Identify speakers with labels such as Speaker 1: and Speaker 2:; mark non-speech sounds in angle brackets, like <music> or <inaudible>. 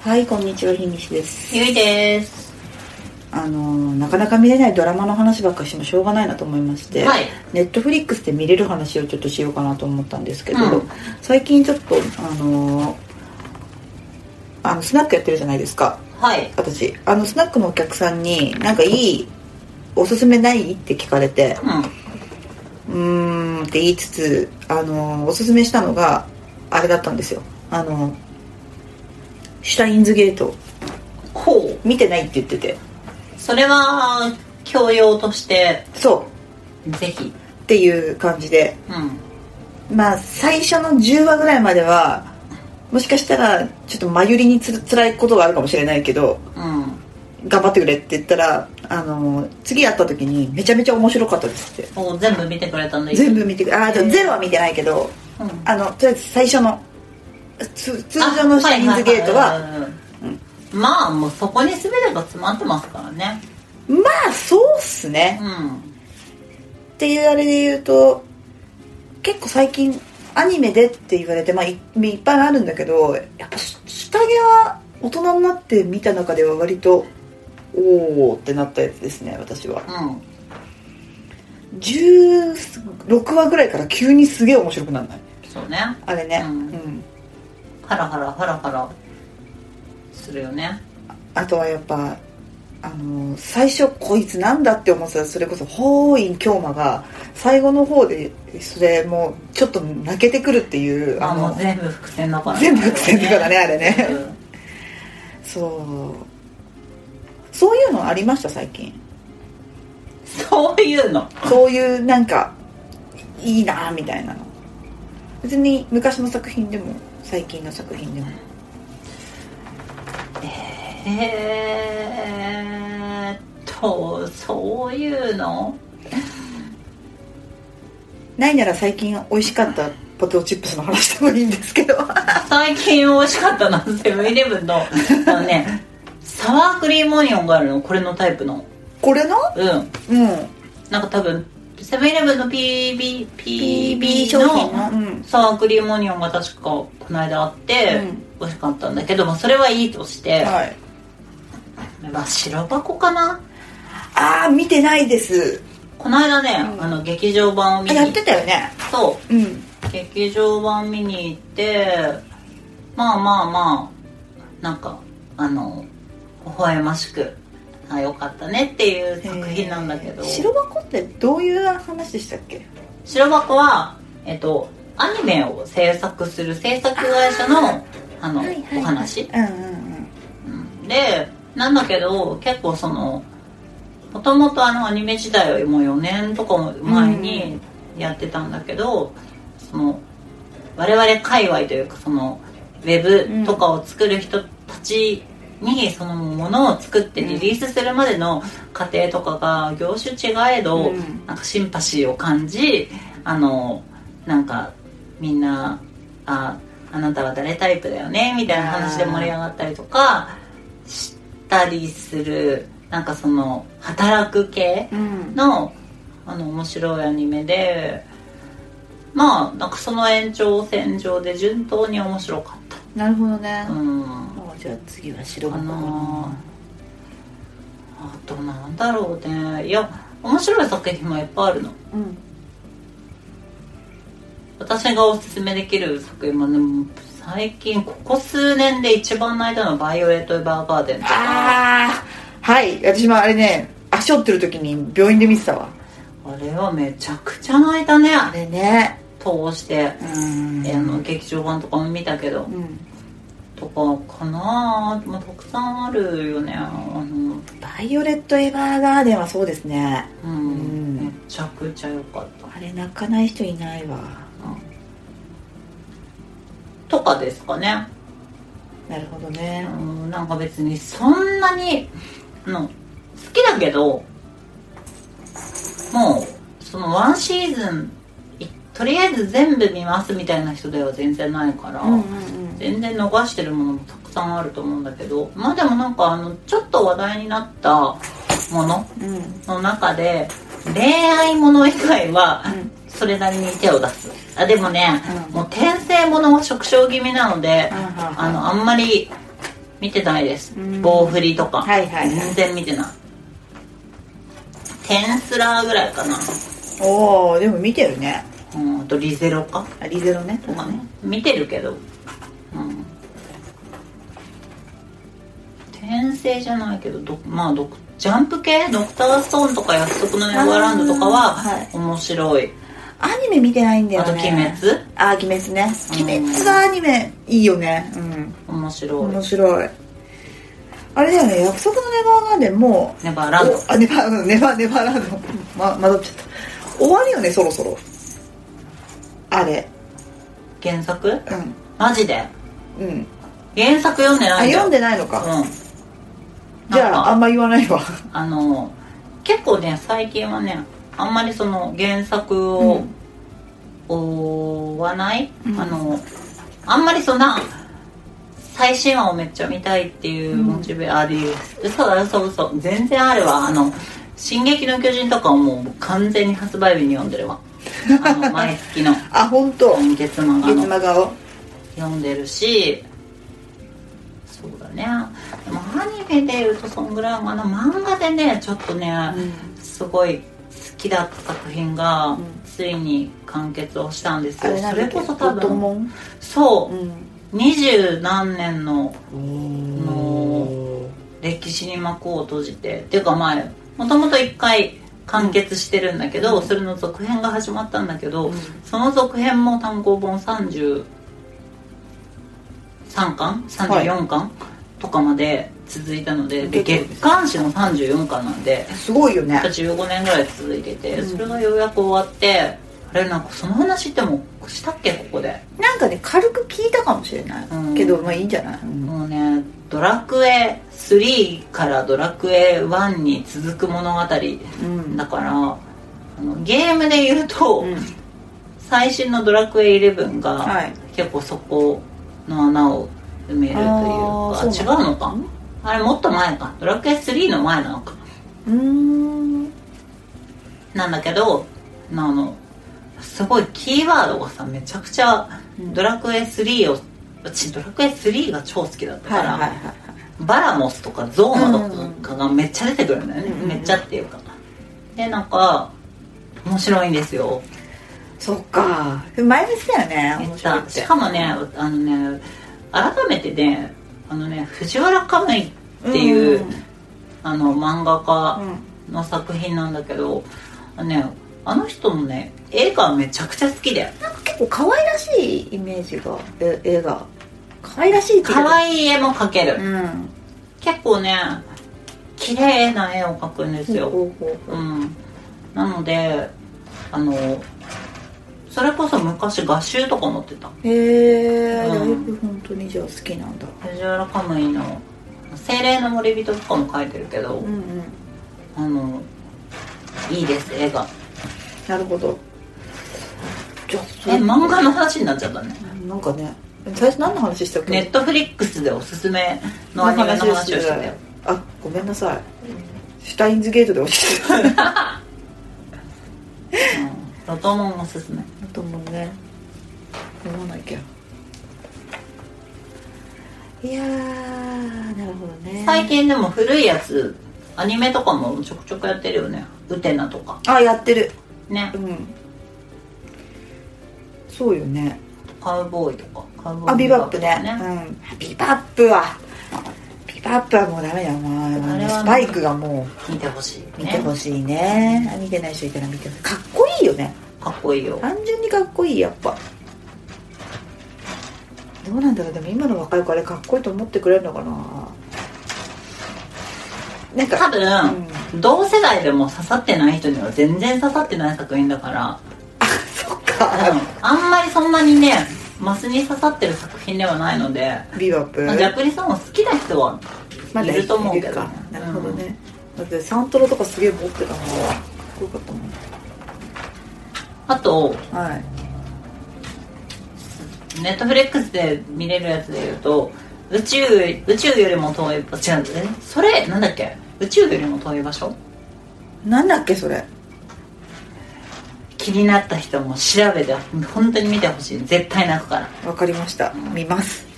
Speaker 1: はい、こんにちは、ひみしです。
Speaker 2: ゆいです。
Speaker 1: あのーなかなか見れないドラマの話ばっかりしてもしょうがないなと思いまして、
Speaker 2: はい
Speaker 1: ネットフリックスで見れる話をちょっとしようかなと思ったんですけど、
Speaker 2: うん
Speaker 1: 最近ちょっと、あのーあのスナックやってるじゃないですか
Speaker 2: はい。
Speaker 1: 私あのスナックのお客さんになんかいいおすすめないって聞かれて
Speaker 2: うん。
Speaker 1: うーんって言いつつ、あのーおすすめしたのがあれだったんですよあのーシュタインズゲート
Speaker 2: ほう。
Speaker 1: 見てないって言ってて
Speaker 2: それは、教養として、
Speaker 1: そう
Speaker 2: ぜひ。
Speaker 1: っていう感じで
Speaker 2: うん。
Speaker 1: まあ最初の10話ぐらいまではもしかしたらちょっと真由りにつ辛いことがあるかもしれないけど
Speaker 2: うん。
Speaker 1: 頑張ってくれって言ったらあの次会った時にめちゃめちゃ面白かったですっ
Speaker 2: お全部見てくれたんだ
Speaker 1: て全部見
Speaker 2: て。
Speaker 1: てくれああ
Speaker 2: へー
Speaker 1: ゼロは見てないけど
Speaker 2: うん。
Speaker 1: あのとりあえず最初のつ通常のシャインズゲート
Speaker 2: い
Speaker 1: は
Speaker 2: いいいまあ、もうそこに全てが詰まってますからね。
Speaker 1: まあそうっすね
Speaker 2: うん。
Speaker 1: っていうあれで言うと結構最近アニメでって言われて、まあ、いいっぱいあるんだけどやっぱし下着は大人になって見た中では割とおおってなったやつですね私は
Speaker 2: うん。
Speaker 1: 16話ぐらいから急にすげえ面白くなんない
Speaker 2: そうね。
Speaker 1: あれねう、
Speaker 2: うんんハラハラ、ハラハラ、するよね。
Speaker 1: あとはやっぱあのー最初こいつなんだって思ってたそれこそ法院京馬が最後の方でそれもうちょっと泣けてくるっていう
Speaker 2: あ、もう全部伏線だから
Speaker 1: 全部伏線だからねあれね
Speaker 2: 全部
Speaker 1: そうそういうのありました最近
Speaker 2: そういうの。
Speaker 1: そういうなんかいいなみたいなの別に昔の作品でも最近の作品でも
Speaker 2: えーっとそういうの
Speaker 1: ないなら最近美味しかったポテトチップスの話でもいいんですけど
Speaker 2: 最近美味しかったなセブンイレブンのあのねサワークリームオニオンがあるのこれのタイプの
Speaker 1: これの
Speaker 2: うん
Speaker 1: うん
Speaker 2: なんか多分セブンイレブンの PB PB
Speaker 1: 商品
Speaker 2: の
Speaker 1: のうん
Speaker 2: サワークリームオニオンが確かこの間あって、
Speaker 1: うん
Speaker 2: 美味しかったんだけど、まあ、それはいいとして、
Speaker 1: はい
Speaker 2: まあ白箱かな
Speaker 1: ああ見てないです
Speaker 2: この間ね、
Speaker 1: うん
Speaker 2: あの劇場版を見
Speaker 1: あ
Speaker 2: に
Speaker 1: や
Speaker 2: 行
Speaker 1: ってたよね
Speaker 2: そう
Speaker 1: うん
Speaker 2: 劇場版見に行ってまあまあまあなんかあの微笑ましくあよかったねっていう作品なんだけど
Speaker 1: えー白箱ってどういう話でしたっけ
Speaker 2: 白箱はえっとアニメを制作する制作会社のあの、
Speaker 1: はいはいはい
Speaker 2: お話、
Speaker 1: うんうん
Speaker 2: うんでなんだけど結構そのもともとあのアニメ時代はもう4年とかも前にやってたんだけど、その我々界隈というかそのウェブとかを作る人たちにそのものを作ってリリースするまでの過程とかが業種違えど、
Speaker 1: うん
Speaker 2: なんかシンパシーを感じあのなんかみんな「ああなたは誰タイプだよね」みたいな話で盛り上がったりとかしたりするなんかその働く系
Speaker 1: うんうん
Speaker 2: のあの面白いアニメでまあなんかその延長線上で順当に面白かっ
Speaker 1: なるほどね
Speaker 2: たうん
Speaker 1: もうじゃあ次は白
Speaker 2: あ
Speaker 1: 箱
Speaker 2: のーあとなんだろうねいや面白い作品もいっぱいあるの
Speaker 1: うん
Speaker 2: 私がおすすめできる作品もねもう最近ここ数年で一番泣いたのは「バイオレット・エヴァーガーデン」とかあ
Speaker 1: ああはい私もあれね足折ってる時に病院で見てたわ
Speaker 2: れはめちゃくちゃ泣いたね
Speaker 1: あれね
Speaker 2: 通して
Speaker 1: う、ん
Speaker 2: えーあの劇場版とかも見たけど
Speaker 1: うん
Speaker 2: とかかなあまあたくさんあるよねあの
Speaker 1: バイオレット・エヴァーガーデンはそうですね
Speaker 2: うん、
Speaker 1: ん
Speaker 2: めちゃくちゃ良かった、
Speaker 1: あれ泣かない人いないわ
Speaker 2: うんとかですかね
Speaker 1: なるほどね
Speaker 2: うんなんか別にそんなにあの好きだけどもうそのワンシーズンいとりあえず全部見ますみたいな人では全然ないから、
Speaker 1: うん
Speaker 2: 全然逃してるものもたくさんあると思うんだけどまあでもなんかあのちょっと話題になったもの
Speaker 1: うん
Speaker 2: の中で恋愛もの以外は
Speaker 1: うん
Speaker 2: それなりに手を出すあでもね、
Speaker 1: うん
Speaker 2: もう転生ものは縮小気味なので、
Speaker 1: あ
Speaker 2: あのあんまり見てないです
Speaker 1: うん
Speaker 2: 棒振りとか、
Speaker 1: はいはいはい
Speaker 2: 全然見てないテンスラーぐらいかな、
Speaker 1: おおでも見てるね
Speaker 2: うん、あとリゼロか
Speaker 1: あリゼロねと
Speaker 2: とか
Speaker 1: か
Speaker 2: ね
Speaker 1: ね、
Speaker 2: 見てるけど、うん、転生じゃないけどどまあドクジャンプ系ドクターストーンとか約束のネバーランドとかは
Speaker 1: あーはい
Speaker 2: 面白い、
Speaker 1: アニメ見てないんだよね
Speaker 2: あと「鬼滅
Speaker 1: あー鬼滅ね
Speaker 2: うん
Speaker 1: 鬼滅はアニメいいよねうん」
Speaker 2: 面白い
Speaker 1: 面白いあれだよね約束のネバーランドでも
Speaker 2: ネバー
Speaker 1: う
Speaker 2: ランド
Speaker 1: おあネバーネバーネバーランドままどっちゃった終わるよねそろそろあれ
Speaker 2: 原作
Speaker 1: う
Speaker 2: マジで
Speaker 1: んうん
Speaker 2: 原作読んで
Speaker 1: あ
Speaker 2: ないんだよ
Speaker 1: 読んでないのか
Speaker 2: うん
Speaker 1: じゃ
Speaker 2: なん
Speaker 1: あ
Speaker 2: か
Speaker 1: あんま言わないわ <laughs>
Speaker 2: あの結構ね最近はねあんまりその原作を追わない、
Speaker 1: うん
Speaker 2: あのあんまりそんな最新話をめっちゃ見たいっていうモチベ、ある嘘だ嘘嘘全然あるわあの「進撃の巨人」とかはもう完全に発売日に読んでるわあ
Speaker 1: <laughs>
Speaker 2: の毎月の
Speaker 1: あ本当
Speaker 2: 月間
Speaker 1: 月
Speaker 2: の
Speaker 1: 間顔
Speaker 2: 読んでるしそうだねでもアニメでいうとそんぐらいかな漫画でねちょっとね、すごい好きだった作品が、
Speaker 1: ん
Speaker 2: ついに完結をしたんです
Speaker 1: あ
Speaker 2: よ
Speaker 1: れな
Speaker 2: そ
Speaker 1: んだ
Speaker 2: れ
Speaker 1: っけ
Speaker 2: こそ多
Speaker 1: ポト
Speaker 2: 分
Speaker 1: モン
Speaker 2: そうう二十何年の
Speaker 1: ん
Speaker 2: の歴史に幕を閉じてっていうか前もともと1回完結してるんだけど、それの続編が始まったんだけど、
Speaker 1: うん
Speaker 2: その続編も単行本33巻34巻、とかまで続いたのでで
Speaker 1: 結構
Speaker 2: 月
Speaker 1: です
Speaker 2: 刊誌も34巻なんです
Speaker 1: ごいよね
Speaker 2: 15年ぐらい続いてて、
Speaker 1: うん
Speaker 2: それがようやく終わってあれなんかその話ってもうしたっけここで
Speaker 1: なんかね軽く聞いたかもしれない、
Speaker 2: うん
Speaker 1: けどまあいいんじゃない、うん
Speaker 2: もうね「ドラクエ3」から「ドラクエ1」に続く物語だからあのゲームで言うと、
Speaker 1: うん
Speaker 2: 最新の「ドラクエ11」が
Speaker 1: はい
Speaker 2: 結構そこの穴を埋めるというか、
Speaker 1: あーそう
Speaker 2: 違
Speaker 1: なんだ
Speaker 2: うのかあれもっと前か「ドラクエ3」の前なのか
Speaker 1: うーん
Speaker 2: なんだけどあのすごいキーワードがさめちゃくちゃ
Speaker 1: うん
Speaker 2: ドラクエ3を私ドラクエ3が超好きだった
Speaker 1: は
Speaker 2: か
Speaker 1: い
Speaker 2: ら、
Speaker 1: はいはいはい
Speaker 2: バラモスとかゾーマとかがめっちゃ出てくるんだよね、
Speaker 1: うんうん
Speaker 2: めっちゃっていうかでなんか面白いんですよ
Speaker 1: そっか前向きだよね
Speaker 2: め
Speaker 1: 面
Speaker 2: っち
Speaker 1: 白いっ
Speaker 2: ゃ
Speaker 1: て
Speaker 2: しかもねあのね改めてねあのね藤原カムイっていう、
Speaker 1: うん
Speaker 2: あの漫画家、
Speaker 1: うん
Speaker 2: の作品なんだけどあのねあの人のね映画めちゃくちゃ好きで
Speaker 1: なんか結構可愛らしいイメージがえ映画可愛らしいっていう
Speaker 2: 可愛い絵も描ける、
Speaker 1: うん
Speaker 2: 結構ね綺麗な絵を描くんですよ、
Speaker 1: ほうほうほう
Speaker 2: うん、なのであのそれこそ昔画集とか持ってた
Speaker 1: へえだい
Speaker 2: うん
Speaker 1: ぶ本当にじゃあ好きなんだ
Speaker 2: 藤原カムイの「精霊の森人」とかも描いてるけど、
Speaker 1: うんうん
Speaker 2: あのいいです絵が
Speaker 1: なるほどじゃあそ
Speaker 2: え
Speaker 1: れ
Speaker 2: 漫画の話になっちゃったね
Speaker 1: なんかね最初何の話したっけ
Speaker 2: ネットフリックスでおすすめのアニメの話をしてたよ
Speaker 1: あごめんなさいシュタインズゲートで落ちてた
Speaker 2: ロトモンおすすめ
Speaker 1: あともうね飲まなきゃいやーなるほどね
Speaker 2: 最近でも古いやつアニメとかもちょくちょくやってるよねウテナとか
Speaker 1: あやってる
Speaker 2: ね
Speaker 1: うんそうよね
Speaker 2: カウボーイとかカウボーイ
Speaker 1: あビバップね
Speaker 2: とか
Speaker 1: うんビバップはビバップはもうダメだよもう
Speaker 2: あれはね
Speaker 1: スパイクがも
Speaker 2: 見てほし
Speaker 1: う
Speaker 2: い
Speaker 1: 見て
Speaker 2: ね
Speaker 1: ほしいねあ見てない人いたら見てほしいかっこいいよね
Speaker 2: かっこいいよ
Speaker 1: 単純にかっこいいやっぱどうなんだろうでも今の若い子あれかっこいいと思ってくれるのかななん
Speaker 2: 多
Speaker 1: か
Speaker 2: 分、同世代でも刺さってない人には全然刺さってない作品だから、
Speaker 1: そっ
Speaker 2: うん
Speaker 1: か
Speaker 2: あんまりそんなにねマスに刺さってる作品ではないので、
Speaker 1: ビバップ
Speaker 2: まあジャクリソンを好きな人は
Speaker 1: まだ
Speaker 2: いると思うけど
Speaker 1: いるかなるほどね、だってサントラとかすげえ持ってたもんかっこよかったもん
Speaker 2: あと
Speaker 1: はい
Speaker 2: ネットフレックスで見れるやつで言うと宇宙宇宙よりも遠い場所違うんだねそれなんだっけ宇宙よりも遠い場所
Speaker 1: なんだっけそれ
Speaker 2: 気になった人も調べて本当に見てほしい絶対泣くから
Speaker 1: わかりました見ます